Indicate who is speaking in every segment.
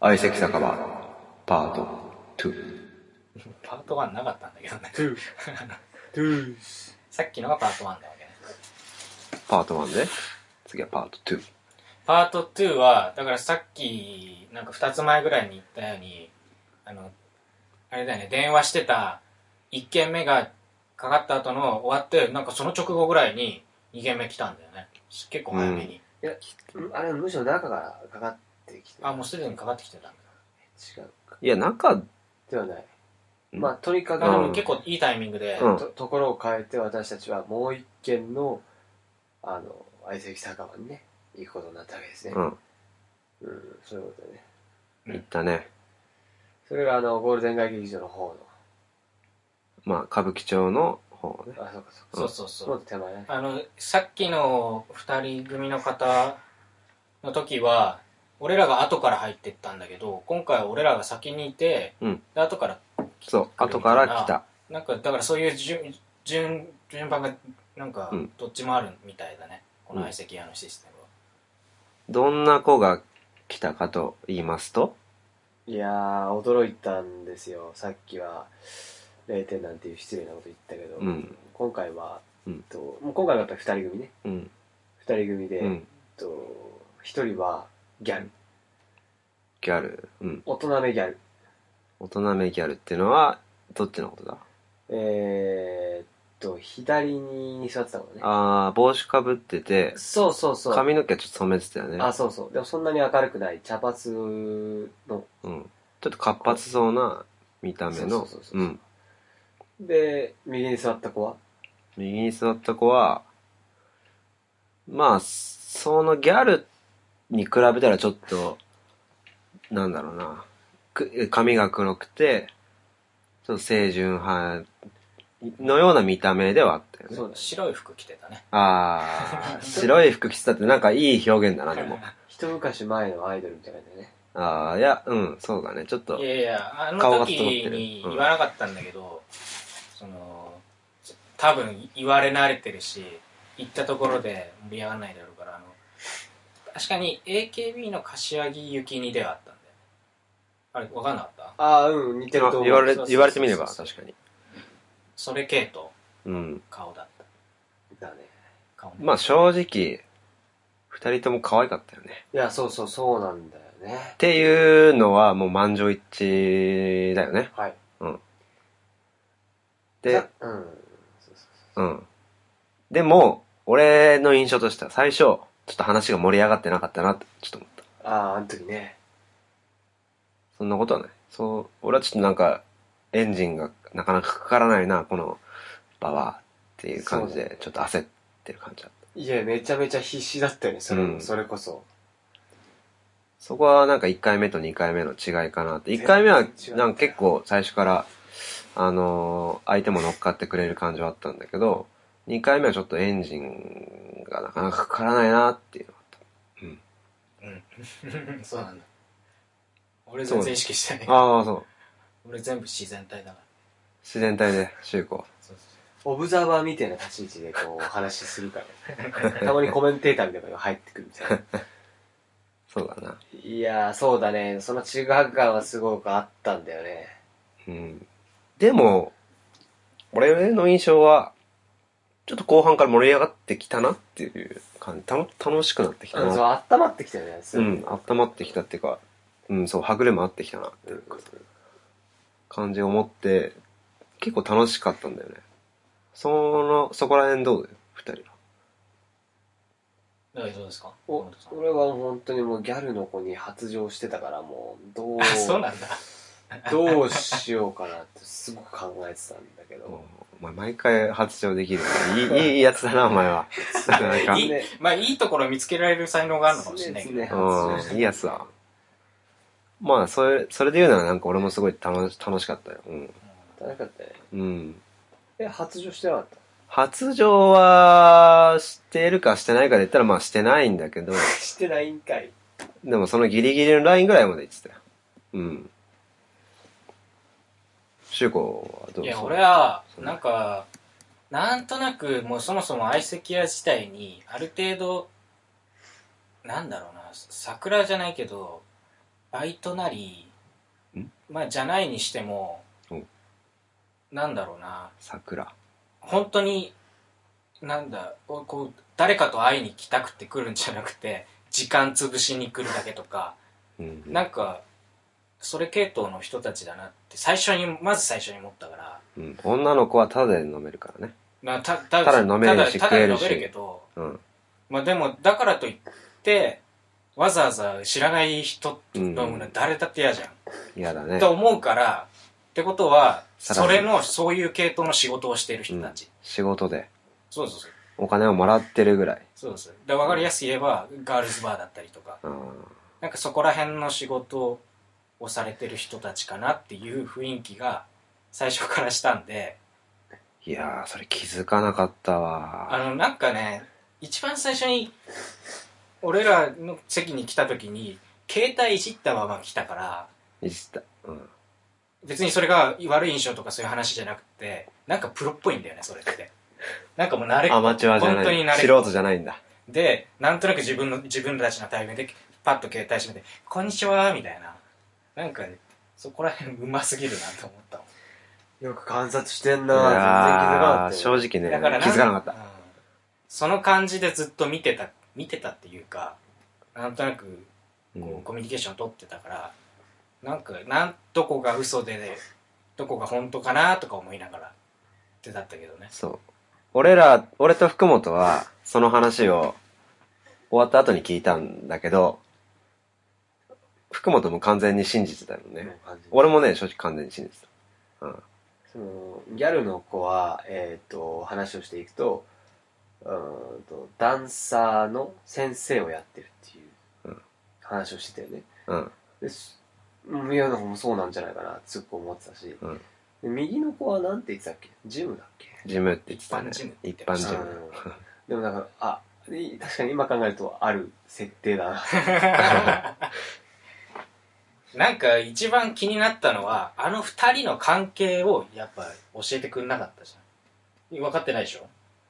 Speaker 1: 相席酒場パート2
Speaker 2: パート1なかったんだけど ね
Speaker 3: トゥートゥース
Speaker 2: さっきのがパート1だわけね
Speaker 1: パート1ね次はパート2
Speaker 2: パート2はだからさっきなんか2つ前ぐらいに言ったようにあのあれだよね電話してた1件目がかかった後の終わってなんかその直後ぐらいに2件目来たんだよね結構早めに、
Speaker 3: あれむしろ中からかかってきて
Speaker 2: あもうすでにかかってきてたんだ
Speaker 3: 違うか
Speaker 1: いや中
Speaker 3: ではない
Speaker 1: うん
Speaker 3: まあとにかく
Speaker 2: あで
Speaker 1: う
Speaker 2: も
Speaker 1: ん
Speaker 2: 結構いいタイミングで、
Speaker 1: うん
Speaker 3: とところを変えて私たちはもう一軒のあの相席酒場にね行くことになったわけですね
Speaker 1: う、ん
Speaker 3: うんそういうことでね
Speaker 1: 行ったね
Speaker 3: それがあのゴールデン街劇場の方
Speaker 1: まあ歌舞伎町の方ね
Speaker 3: のあそうかそうか
Speaker 2: そうそうそう
Speaker 3: もっと手前だね
Speaker 2: あの、さっきの二人組の方の時は、俺らが後から入ってったんだけど、今回は俺らが先にいて、
Speaker 1: うん
Speaker 2: で後から、
Speaker 1: そう後から来た
Speaker 2: なんか、だからそういう順、順、順番が、なんか
Speaker 1: うん、
Speaker 2: どっちもあるみたいだね。この
Speaker 1: うん
Speaker 2: 相席屋のシステムは。
Speaker 1: どんな子が来たかと言いますと
Speaker 3: いやー驚いたんですよさっきは0点なんていう失礼なこと言ったけど、
Speaker 1: うん
Speaker 3: 今回は、
Speaker 1: うん
Speaker 3: えっともう今回はやっぱり2人組ね
Speaker 1: うん
Speaker 3: 2人組で、
Speaker 1: う
Speaker 3: えっ
Speaker 1: ん
Speaker 3: と1人はギャル
Speaker 1: ギャルうん
Speaker 3: 大人目ギャル
Speaker 1: 大人目ギャルっていうのはどっちのことだ
Speaker 3: えー、っと左に座ってたもんね
Speaker 1: ああ帽子かぶってて
Speaker 3: そうそうそう
Speaker 1: 髪の毛ちょっと染めてたよね
Speaker 3: あそうそうでもそんなに明るくない茶髪の
Speaker 1: うんちょっと活発そうな見た目の
Speaker 3: そうそうそうそう
Speaker 1: うん
Speaker 3: で右に座った子は
Speaker 1: 右に座った子はまあそのギャルに比べたらちょっとなんだろうなく髪が黒くてちょっと清純派のような見た目ではあったよね
Speaker 3: そうだし
Speaker 2: 白い服着てたね。
Speaker 1: ああ白い服着てたってなんかいい表現だなでも
Speaker 3: 一昔前のアイドルみたいな感じだね
Speaker 1: ああいやうんそうだねちょっと
Speaker 2: いやいや、あの
Speaker 1: 顔が
Speaker 2: 時
Speaker 1: 整ってる
Speaker 2: に
Speaker 1: うん
Speaker 2: 言わなかったんだけど、その、多分言われ慣れてるし、行ったところで盛り上がらないだろうから、あの、確かに AKB の柏木由紀にではあったんだよね。あれ、わかんなかった
Speaker 3: ああうん似て
Speaker 1: あ
Speaker 3: ると思う
Speaker 1: 言われ
Speaker 2: そうそうそう
Speaker 1: 言われてみれば確かに
Speaker 2: それ系統、
Speaker 1: うん
Speaker 2: 顔だった。
Speaker 3: だね
Speaker 2: 顔ね
Speaker 1: まあ正直二人とも可愛かったよね
Speaker 3: いやそうそうそうなんだよね
Speaker 1: っていうのはもう満場一致だよね。
Speaker 3: はい
Speaker 1: で
Speaker 3: さ、うんそうそう
Speaker 1: うん。でも、俺の印象としては最初、ちょっと話が盛り上がってなかったなって、ちょっと思った。
Speaker 3: そうあああの時ね
Speaker 1: そんなことはない。そう、俺はちょっとなんか、エンジンがなかなかかからないな、この場は、っていう感じ
Speaker 3: そうだ
Speaker 1: で、ちょっと焦ってる感じだった。
Speaker 3: いやめちゃめちゃ必死だったよねそれ,、
Speaker 1: うん
Speaker 3: それこそ
Speaker 1: そこはなんか1回目と2回目の違いかなって。1回目は
Speaker 3: 全然違、う
Speaker 1: なんか結構最初から、あのー相手も乗っかってくれる感じはあったんだけど、2回目はちょっとエンジンがなかなかかからないなっていうのがあっ
Speaker 2: うん。 そうなんだ。俺全然意識してない
Speaker 1: た。。ああ、そう。
Speaker 2: 俺全部自然体だから。
Speaker 1: 自然体で、シュウコ。
Speaker 2: そうそう
Speaker 3: オブザーバーみたいな立ち位置でこうお話しするから、ね、たまにコメンテーターみたいなのが入ってくるみたいな
Speaker 1: そうだな。
Speaker 3: いやーそうだねその中学感はすごくあったんだよね
Speaker 1: うん。でも、俺の印象は、ちょっと後半から盛り上がってきたなっていう感じ。たの楽しくなってき
Speaker 3: あ
Speaker 1: た
Speaker 3: のそう
Speaker 1: な。
Speaker 3: 温まってきたよねす
Speaker 1: う
Speaker 3: ごく
Speaker 1: ん、温まってきたっていうか、うん、そう、歯車合ってきたなっていうか感じを持って、結構楽しかったんだよね。その、そこら辺どうだよ、二人は。
Speaker 2: だからどうですか
Speaker 3: お
Speaker 2: 山本さん
Speaker 3: 俺は本当にもうギャルの子に発情してたからもうどう
Speaker 2: あ、そうなんだ。
Speaker 3: どうしようかなってすごく考えてたんだけど、
Speaker 1: お前毎回発情できるね。いい、いいやつだな、お前は。なかなか。
Speaker 2: いい
Speaker 3: ね
Speaker 2: まあ、いいところ見つけられる才能があるのかもしれないけど。
Speaker 3: 常々発情して
Speaker 1: うん、いいやつだ。まあ、それ、それで言うならなんか俺もすごい楽し楽しかったよ。うん。
Speaker 3: 楽しかったね
Speaker 1: うん。
Speaker 3: え発情してなかった
Speaker 1: 発情は、してるかしてないかで言ったらまあしてないんだけど、
Speaker 3: してないんかい
Speaker 1: でもそのギリギリのラインぐらいまで行ってたよ。うん。シュウコはどう
Speaker 2: い
Speaker 1: い
Speaker 2: や、俺は、なんか、なんとなく、もうそもそも相席屋自体に、ある程度、なんだろうな、桜じゃないけど、バイトなり
Speaker 1: ん
Speaker 2: まあじゃないにしても
Speaker 1: お
Speaker 2: なんだろうな
Speaker 1: 桜。
Speaker 2: 本当になんだこうこう誰かと会いに来たくて来るんじゃなくて時間潰しに来るだけとか
Speaker 1: うん。
Speaker 2: なんかそれ系統の人たちだなって最初にまず最初に思ったから
Speaker 1: うん。女の子はタダで飲めるからね。
Speaker 2: なたた
Speaker 1: ただ飲めるした
Speaker 2: だただ
Speaker 1: 食えるし
Speaker 2: 飲めるけど
Speaker 1: うん。
Speaker 2: まあでもだからといってわざわざ知らない人と飲むの誰だって嫌じゃん、
Speaker 1: 嫌だね
Speaker 2: と。思うからってことは
Speaker 1: さらに
Speaker 2: それのそういう系統の仕事をしている人たち、
Speaker 1: 仕事で。
Speaker 2: そうそうそう
Speaker 1: お金をもらってるぐらい。
Speaker 2: そうそうで分かりやすく言えばガールズバーだったりとか
Speaker 1: ああ。
Speaker 2: なんかそこら辺の仕事をされてる人たちかなっていう雰囲気が最初からしたんで
Speaker 1: いやー、それ気づかなかったわ。
Speaker 2: あのなんかね一番最初に俺らの席に来た時に携帯いじったまま来たから
Speaker 1: いじった。うん。
Speaker 2: 別にそれが悪い印象とかそういう話じゃなくてなんかプロっぽいんだよねそれってなんかもう慣れ
Speaker 1: アマチュアじゃ
Speaker 2: 本当に慣
Speaker 1: な
Speaker 2: れ
Speaker 1: い。素人じゃないんだ。
Speaker 2: でなんとなく自分の自分たちのタイミングでパッと携帯閉めて「こんにちは」みたいななんかねそこら辺うますぎるなと思ったもん
Speaker 3: よく観察してん
Speaker 1: い
Speaker 3: な全然気づかなか
Speaker 1: やー
Speaker 3: ったよ
Speaker 1: 正直ね
Speaker 2: だから、
Speaker 1: 気づかなかっ
Speaker 2: ん
Speaker 1: た。
Speaker 2: その感じでずっと見てた見てたっていうかなんとなく
Speaker 1: う
Speaker 2: こうんコミュニケーション取ってたから、なんかなんどこが嘘で、どこが本当かなとか思いながらってだった けどね
Speaker 1: そう。俺ら、俺と福本は、その話を、終わった後に聞いたんだけど、福本も完全に信じてたよ
Speaker 3: も
Speaker 1: ね。
Speaker 3: う完全に
Speaker 1: 俺もね、正直完全に信じてた。うん。
Speaker 3: そのギャルの子は、えー、と話をしていくとうーんとダンサーの先生をやってるっていう
Speaker 1: うん
Speaker 3: 話をしてたよね
Speaker 1: うん。
Speaker 3: ですうんいやなんかもうそうなんじゃないかなってすごく思ってたし、
Speaker 1: うん
Speaker 3: で右の子はなんて言ってたっけジムだっけ
Speaker 1: ジムって言ってたね。
Speaker 2: 一般ジム
Speaker 1: 一般ジ
Speaker 2: ジ
Speaker 1: ム
Speaker 2: ム。
Speaker 3: うんでもなんかあい確かに今考えるとある設定だな
Speaker 2: なんか一番気になったのはあの二人の関係をやっぱ教えてくれなかったじゃん分かってないでしょ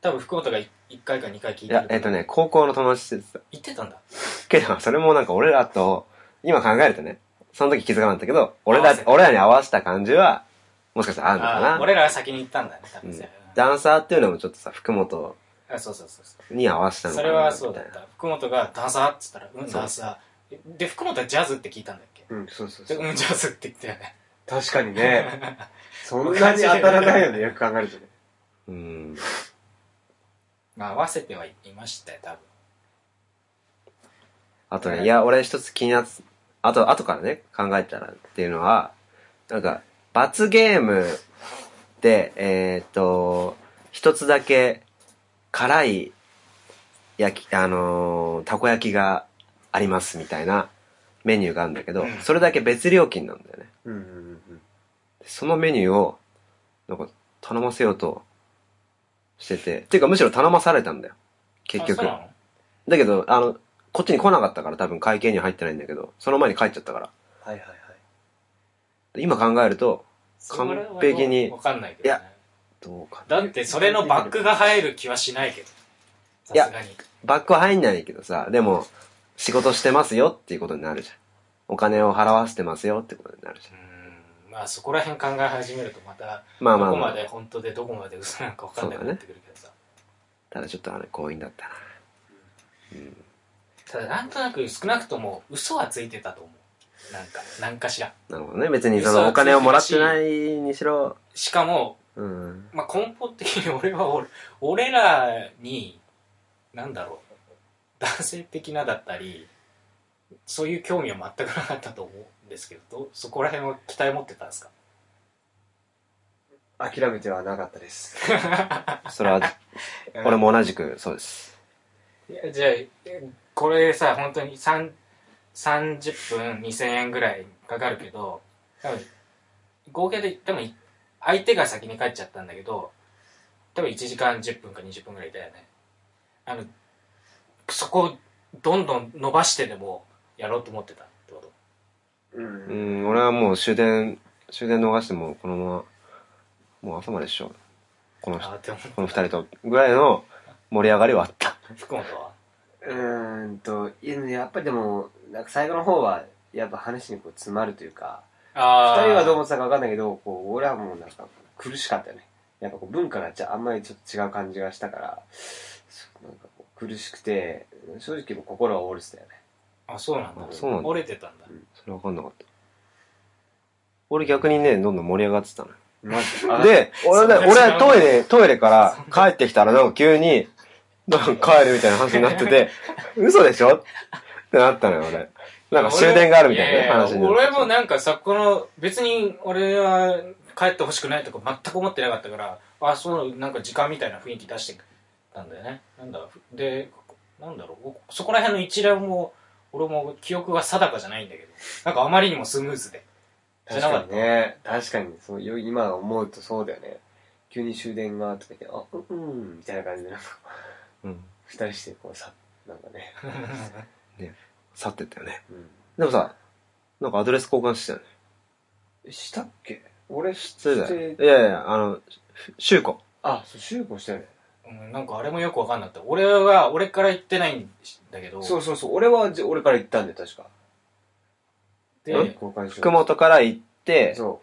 Speaker 2: 多分福本がい一回か二回聞い
Speaker 1: い
Speaker 2: てる
Speaker 1: や、えっ、とね、高校の友達って言ってた。
Speaker 2: 言ってたんだ
Speaker 1: けど、それもなんか俺らと、今考えるとね、その時気づかなかったけど、俺
Speaker 2: 合わ
Speaker 1: ら
Speaker 2: せ、て
Speaker 1: 俺らに合わせた感じは、もしかしたらあるのか
Speaker 2: あ
Speaker 1: な。
Speaker 2: 俺らは先に行ったんだね多
Speaker 1: う
Speaker 2: 分
Speaker 1: ん
Speaker 2: それ、
Speaker 1: ダンサーっていうのもちょっとさ、福本
Speaker 2: あそうそうそうそ
Speaker 1: に合わせた
Speaker 2: う
Speaker 1: の
Speaker 2: そ
Speaker 1: かな。
Speaker 2: れはそうだ
Speaker 1: み
Speaker 2: った
Speaker 1: いな
Speaker 2: た福本が「ダンサー」っつったら「うん
Speaker 1: そう
Speaker 2: ダンサー」で福本はジャズって聞いたんだっけ
Speaker 3: うんそうそう
Speaker 2: で
Speaker 3: そう
Speaker 2: うんジャズって言ったよね
Speaker 3: 確かに ねそんなに当たらないよねよく考えるとね
Speaker 1: うん。
Speaker 2: まあ合わせてはいましたよ多分
Speaker 1: あと
Speaker 2: は
Speaker 1: ね、
Speaker 2: い
Speaker 1: いや、俺一つ気になっあと、後からね、考えたらっていうのは、なんか、罰ゲームで、えっ、と、一つだけ、辛い、焼き、あのーたこ焼きがありますみたいなメニューがあるんだけど、
Speaker 2: うん
Speaker 1: それだけ別料金なんだよね。
Speaker 3: うんうんうんうん
Speaker 1: そのメニューを、なんか、頼ませようとしてて、っていうかむしろ頼まされたんだよ。結
Speaker 2: あそう
Speaker 1: 局
Speaker 2: な。の
Speaker 1: だけど、あの、こっちに来なかったから多分会計には入ってないんだけど、その前に帰っちゃったから。
Speaker 3: はいはいはい
Speaker 1: で今考えると、完璧に
Speaker 2: 分かんないけど、ね、
Speaker 1: いどうかな。
Speaker 2: だってそれのバックが入る気はしないけど
Speaker 1: いや
Speaker 2: さすがに
Speaker 1: バックは入んないけどさ、でも、仕事してますよっていうことになるじゃん。お金を払わせてますよってことになるじゃん。
Speaker 2: うんまあそこら辺考え始めるとまた
Speaker 1: まあ
Speaker 2: ど
Speaker 1: まあ
Speaker 2: こ
Speaker 1: まあ。
Speaker 2: まで本当でどこまで嘘なんか分かんなくなってくるけどさ
Speaker 1: ただちょっとあの、強引だったな。
Speaker 2: ただなんとなく少なくとも嘘はついてたと思うなんか何かしら
Speaker 1: なるほどね。別にそ
Speaker 2: 嘘はついて
Speaker 1: のお
Speaker 2: るし
Speaker 1: 金をもらってないにしろ、
Speaker 2: しかも、
Speaker 1: うん。
Speaker 2: まあ、根本的に俺は俺俺らになんだろう男性的なだったりそういう興味は全くなかったと思うんですけどどうそこら辺は期待持ってたんですか
Speaker 3: 諦めてはなかったです
Speaker 1: それは、俺も同じくそうです。
Speaker 2: いやじゃあえこれさ本当に3 30分2000円ぐらいかかるけど多分合計で多分い相手が先に帰っちゃったんだけど多分1時間10分か20分ぐらいだよねあのそこをどんどん伸ばしてでもやろうと思ってたってこと
Speaker 1: う
Speaker 3: う、
Speaker 1: んん、俺はもう終電、終電逃してもうこのまま、もう朝までっしょ。この人
Speaker 2: ああでも
Speaker 1: この二人とぐらいの盛り上がりはあった。
Speaker 2: 福本は
Speaker 3: うーんといややっぱりでもなんか最後の方はやっぱ話にこう詰まるというか二
Speaker 2: あー
Speaker 3: 人はどう思ってたか分かんないけどこう俺はもうなんか苦しかったよねやっぱこう文化がじゃあんまりちょっと違う感じがしたからそうなんかこう苦しくて正直もう心は折れてたよね
Speaker 2: あ、そうなんだ。
Speaker 1: そうなんだ
Speaker 2: 折れてたんだ。
Speaker 1: それわかんなかった。俺逆にね、どんどん盛り上がってたのよ。
Speaker 3: マジ
Speaker 1: で、俺ね、
Speaker 2: そんな
Speaker 1: 俺
Speaker 2: 違う
Speaker 1: は
Speaker 2: の
Speaker 1: トイレ、トイレから帰ってきたらなんか急に、なんか帰るみたいな話になって て、嘘でしょってなったのよ、俺。なんか終電があるみたいなね、
Speaker 2: やや
Speaker 1: 話になって
Speaker 2: 俺もなんかさ、この、別に俺は帰ってほしくないとか全く思ってなかったから、あ、そう、なんか時間みたいな雰囲気出してたんだよね。なんだ、で、なんだろう、そこら辺の一覧も、俺も記憶が定かじゃないんだけど、なんかあまりにもスムーズで。
Speaker 3: 確かにね確かにそうよ今思うとそうだよね急に終電がとか言って「あうんうん」みたいな感じでなんか
Speaker 1: うん。
Speaker 3: 二人してこうさなんかね、
Speaker 1: 去ってったよね。
Speaker 3: う
Speaker 1: でもさ、なんかアドレス交換してたよね。
Speaker 3: ん、したっけ俺し
Speaker 1: それだよ。
Speaker 3: て
Speaker 1: いやいや、あの、シューコ。
Speaker 3: あそう修行したよね
Speaker 2: うん、 なんかあれもよくわかんなくて、俺は、俺から言ってないんだけど、
Speaker 3: そうそうそう俺はじ俺から行ったんだよ確か
Speaker 2: で、
Speaker 1: ん
Speaker 3: 交換しよう
Speaker 1: 福本から行って、
Speaker 3: そ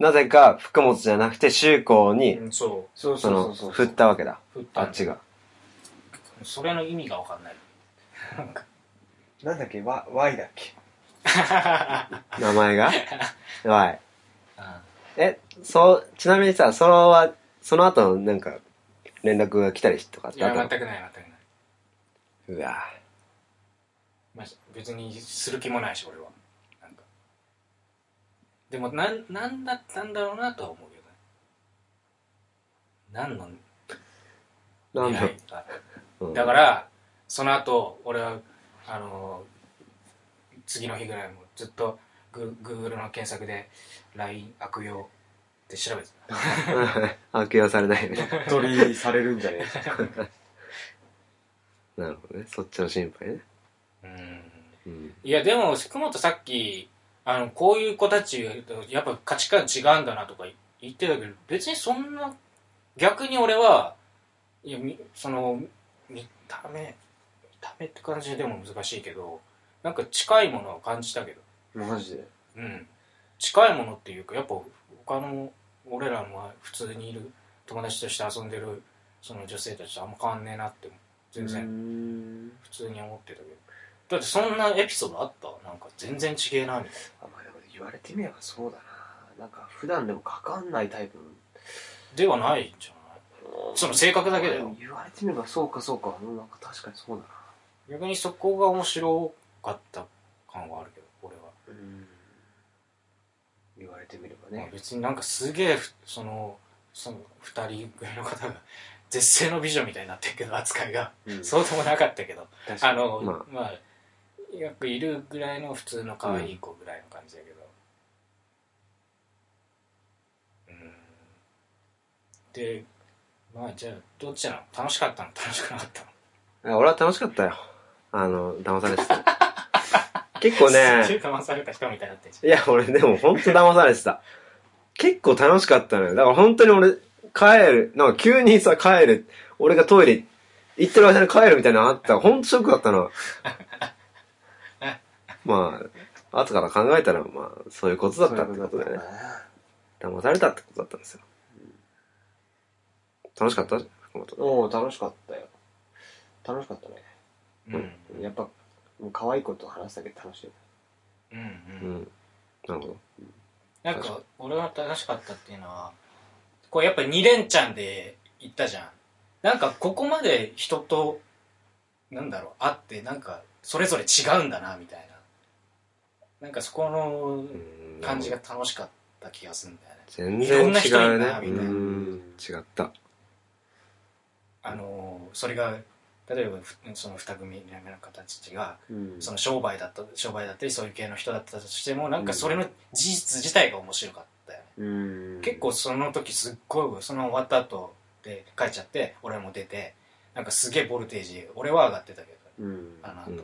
Speaker 3: う
Speaker 1: なぜか福本じゃなくてシューコに、
Speaker 2: うんそ
Speaker 3: そ
Speaker 1: そ
Speaker 3: うそうそ
Speaker 1: の、
Speaker 3: うそう
Speaker 1: 振ったわけだ。
Speaker 2: う、振った
Speaker 1: あ
Speaker 2: ん
Speaker 1: っ
Speaker 2: だ
Speaker 1: ちが。
Speaker 2: それの意味がわか んない。
Speaker 3: なんだっけ Y, y だっけ
Speaker 1: 名前がはい。
Speaker 2: うん
Speaker 1: え、そう、ちなみにさ、そのは、その後、なんか、連絡が来たりとかっ
Speaker 2: い
Speaker 1: てあ
Speaker 2: や、
Speaker 1: っ
Speaker 2: 全
Speaker 1: たの
Speaker 2: くない、全く
Speaker 1: う
Speaker 2: ない。
Speaker 1: わ
Speaker 2: まあ、別にする気もないし、俺は。なんか。でも、なん、なんだったんだろうなとは思うけどね。何の
Speaker 1: ぁなんだ
Speaker 2: 出会いがあった
Speaker 1: ろう。
Speaker 2: だから、その後、俺は、あのー次の日ぐらいもずっとグ、Google の検索で、LINE 悪用って調べてた。
Speaker 1: ら。 悪用されないみたい
Speaker 3: 取りされるんじゃねえ
Speaker 1: な。なるほどね。そっちの心配ね。
Speaker 2: うん。
Speaker 1: うん。
Speaker 2: いや、でも、福本さっき、あの、こういう子たち、やっぱ価値観違うんだなとか言ってたけど、別にそんな、逆に俺は、いや、みその、見た目、見た目って感じでも難しいけど、なんか近いものを感じたけど、
Speaker 3: マジで
Speaker 2: うん。近いものっていうか、やっぱ他の、俺らも普通にいる友達として遊んでる、その女性たちとあんま変わんねえなって、全然
Speaker 3: うーん
Speaker 2: 普通に思ってたけどだってそんなエピソードあったなんか全然違えなみたい
Speaker 3: あまあでも言われてみればそうだななんか普段でも関わんないタイプの
Speaker 2: なではないんじゃないその性格だけだよ
Speaker 3: 言われてみればそうかそうかうんなんか確かにそうだな
Speaker 2: 逆にそこが面白かった感はあるけど俺は、
Speaker 3: うん言われてみれば
Speaker 2: まあ
Speaker 3: ね
Speaker 2: 別になんかすげえふそのその2人組の方が 絶世の美女みたいになってるけど扱いが、
Speaker 3: うん
Speaker 2: そうでもなかったけど
Speaker 3: 確か
Speaker 2: あ
Speaker 3: に
Speaker 2: の
Speaker 1: ま
Speaker 2: まあ、よくいるぐらいの普通の可愛い子ぐらいの感じだけどうんでまあじゃあどっちなの楽しかったの楽しくなかったの
Speaker 1: あ俺は楽しかったよ。あの、騙されてた。結構
Speaker 2: すっ
Speaker 1: ね、
Speaker 2: げえ騙された人みたいになってんじ
Speaker 1: いや、俺でも本当騙されてた。結構楽しかったのよ。だから本当に俺、帰る、なんか急にさ、帰る、俺がトイレ行ってる間に帰るみたいなのあった。本当ショックだった の。まあ、後から考えたら、まあ、そういうことだったってことだよね。騙されたってことだったんですよ。楽しかった福本。
Speaker 3: おお楽しかったよ楽しかったね
Speaker 2: ゃんうん
Speaker 3: やっぱもう可愛い子と話すだけで楽しいよ
Speaker 2: うん
Speaker 1: う
Speaker 2: うん、
Speaker 1: ん。なるほど。
Speaker 2: なんか俺が楽しかったっていうのはこうやっぱ2連チャンで行ったじゃんなんかここまで人となんだろう会ってなんかそれぞれ違うんだなみたいななんかそこの
Speaker 1: うん
Speaker 2: 感じが。楽しかった気がするんだよ
Speaker 1: 全
Speaker 2: ねいろ
Speaker 1: 然
Speaker 2: んな
Speaker 1: 違
Speaker 2: 人いうる
Speaker 1: ね
Speaker 2: な。
Speaker 1: う。
Speaker 2: みたいなん
Speaker 1: 違った。
Speaker 2: あのーそれが例えばふその2組の方たちが
Speaker 3: うん
Speaker 2: その商売だった商売だったりそういう系の人だったとしてもなんかそれの事実自体が面白かったよね
Speaker 3: うん
Speaker 2: 結構その時すっごいその終わった後で書いちゃって俺も出てなんかすげえボルテージ俺は上がってたけど
Speaker 3: うん
Speaker 2: あの後、
Speaker 1: うん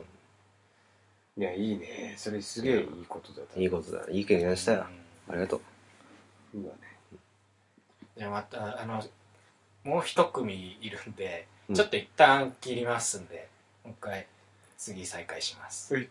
Speaker 3: いやいいねそれすげえいいことだった
Speaker 1: いいことだ。いい経験したよ。ありがとう。
Speaker 3: いいわね
Speaker 2: でまたあのもう一組いるんで、
Speaker 1: うん
Speaker 2: ちょっと一旦切りますんでもう一回次再開します
Speaker 3: はい